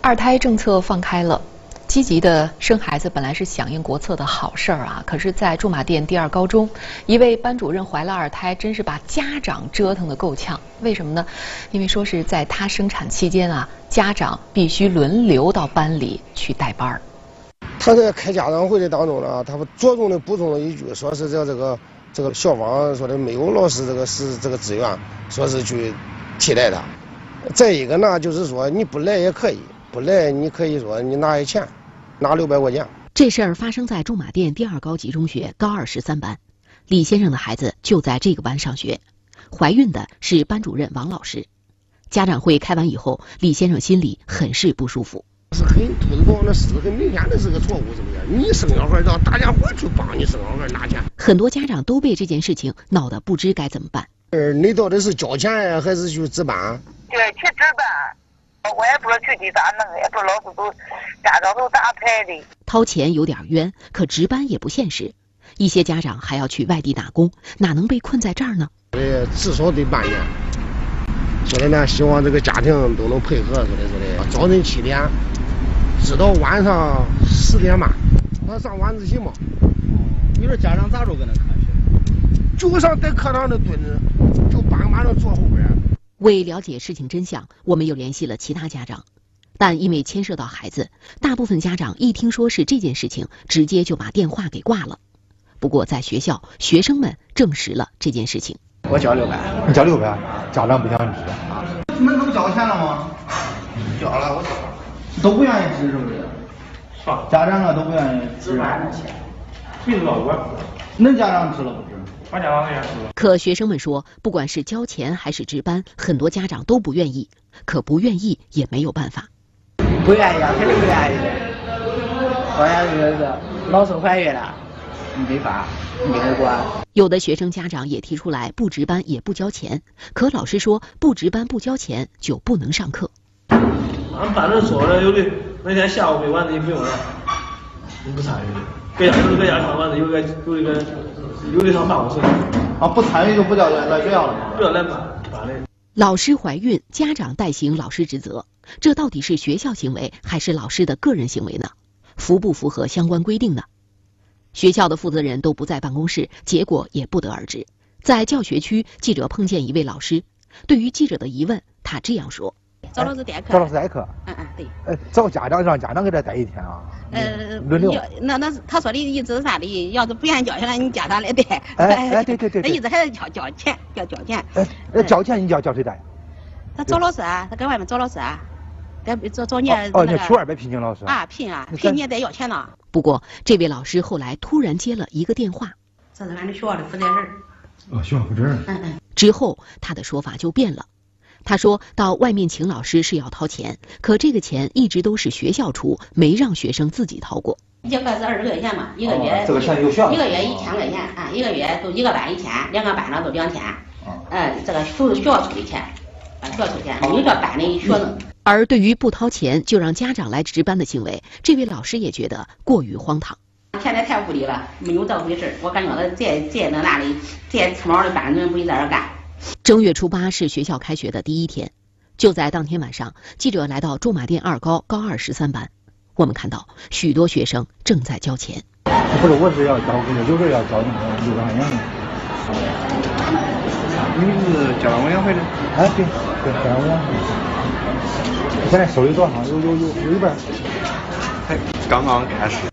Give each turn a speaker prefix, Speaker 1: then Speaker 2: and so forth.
Speaker 1: 二胎政策放开了，积极的生孩子本来是响应国策的好事儿啊。可是，在驻马店第二高中，一位班主任怀了二胎，真是把家长折腾得够呛。为什么呢？因为说是在她生产期间啊，家长必须轮流到班里去带班儿。
Speaker 2: 他在开家长会的当中呢，他着重的补充了一句，说是这这个这个校方说的没有老师这个是这个资源，说是去替代他。再一个呢，就是说你不来也可以，不来你可以说你拿一钱，拿六百块钱。
Speaker 3: 这事儿发生在驻马店第二高级中学高二十三班，李先生的孩子就在这个班上学，怀孕的是班主任王老师。家长会开完以后，李先生心里很是不舒服。
Speaker 2: 是很通报，那是很明显的是个错误，是不是？你生小孩让大家伙去帮你生小孩拿钱，
Speaker 3: 很多家长都被这件事情闹得不知该怎么办。
Speaker 2: 呃，你到底是交钱呀，还是去值班？
Speaker 4: 对，去值班，我也不知道具体咋弄，也不知道老师都家长都咋排的。
Speaker 3: 掏钱有点冤，可值班也不现实，一些家长还要去外地打工，哪能被困在这儿呢？
Speaker 2: 呃，至少得半年。说的呢，希望这个家庭都能配合。说的说的，早晨七点，直到晚上十点半，他上晚自习嘛。
Speaker 5: 你说家长咋着跟他看
Speaker 2: 去？就上在课堂那蹲着，就半晚上坐后边。
Speaker 3: 为了解事情真相，我们又联系了其他家长，但因为牵涉到孩子，大部分家长一听说是这件事情，直接就把电话给挂了。不过在学校，学生们证实了这件事情。
Speaker 6: 我交六百，
Speaker 7: 你交六百，家长不想支啊？
Speaker 6: 你们都交钱了吗？
Speaker 8: 交了，我交了。
Speaker 6: 都不愿意支是不是？家长啊都不愿意支。
Speaker 8: 最多我，
Speaker 6: 恁家长支了不支？
Speaker 8: 我家长也支了。
Speaker 3: 可学生们说，不管是交钱还是值班，很多家长都不愿意。可不愿意也没有办法。
Speaker 9: 不愿意啊，肯定不愿意的。我也是，老孙怀孕了。没法，没得管。
Speaker 3: 有的学生家长也提出来，不值班也不交钱，可老师说不值班不交钱就不能上课。
Speaker 10: 俺班主任说了，有的那天下午没晚自习不用了，你不参与，搁家搁家上晚自习，有的有的有的上办公室。
Speaker 6: 啊，不参与就不叫来来学校了
Speaker 10: 不叫来班班的。
Speaker 3: 老师怀孕，家长代行老师职责，这到底是学校行为还是老师的个人行为呢？符不符合相关规定呢？学校的负责人都不在办公室，结果也不得而知。在教学区，记者碰见一位老师，对于记者的疑问，他这样说：“
Speaker 11: 找哎老师代课。”
Speaker 7: 找老师代课。
Speaker 11: 嗯嗯，对。
Speaker 7: 呃，找家长让家长给他代一天啊。
Speaker 11: 呃，
Speaker 7: 轮流。
Speaker 11: 那那他说的意思是啥的？要是不愿意交钱，你家长来代。
Speaker 7: 哎哎，对对 对。
Speaker 11: 那意思还是交交钱，要交钱。嗯
Speaker 7: 哎，交钱你叫叫谁代？
Speaker 11: 他找老师啊，他搁外面找老师啊。找找年
Speaker 7: 哦，那初二别聘请老师
Speaker 11: 啊，聘啊，聘你也得要钱呢。
Speaker 3: 不过，这位老师后来突然接了一个电话，
Speaker 11: 这是俺们学校的负责人。
Speaker 7: 哦，学校负责人。
Speaker 11: 嗯嗯。
Speaker 3: 之后他的说法就变了，他说到外面请老师是要掏钱，可这个钱一直都是学校出，没让学生自己掏过。
Speaker 11: 一块是二十块钱嘛，一个月。
Speaker 7: 哦这个钱有效。
Speaker 11: 一个月一千块钱啊，一个月都一个班一千，两个班上都两千。
Speaker 6: 啊
Speaker 11: 嗯，这个都是学校出的钱，啊，学校出钱，你这班的学生。
Speaker 3: 而对于不掏钱就让家长来值班的行为，这位老师也觉得过于荒唐。
Speaker 11: 现在太无理了，没有这回事我感觉到这这那那里，这出毛的班主任不许在这干。
Speaker 3: 正月初八是学校开学的第一天，就在当天晚上，记者来到驻马店二高高二十三班，我们看到许多学生正在交钱。
Speaker 7: 不是，我是要交，有时候要交六百块钱的。
Speaker 6: 你们是家长委员会的？
Speaker 7: 哎，对，对，家长委员会。现在收的多少？有有有有一半，
Speaker 6: 才刚刚开始。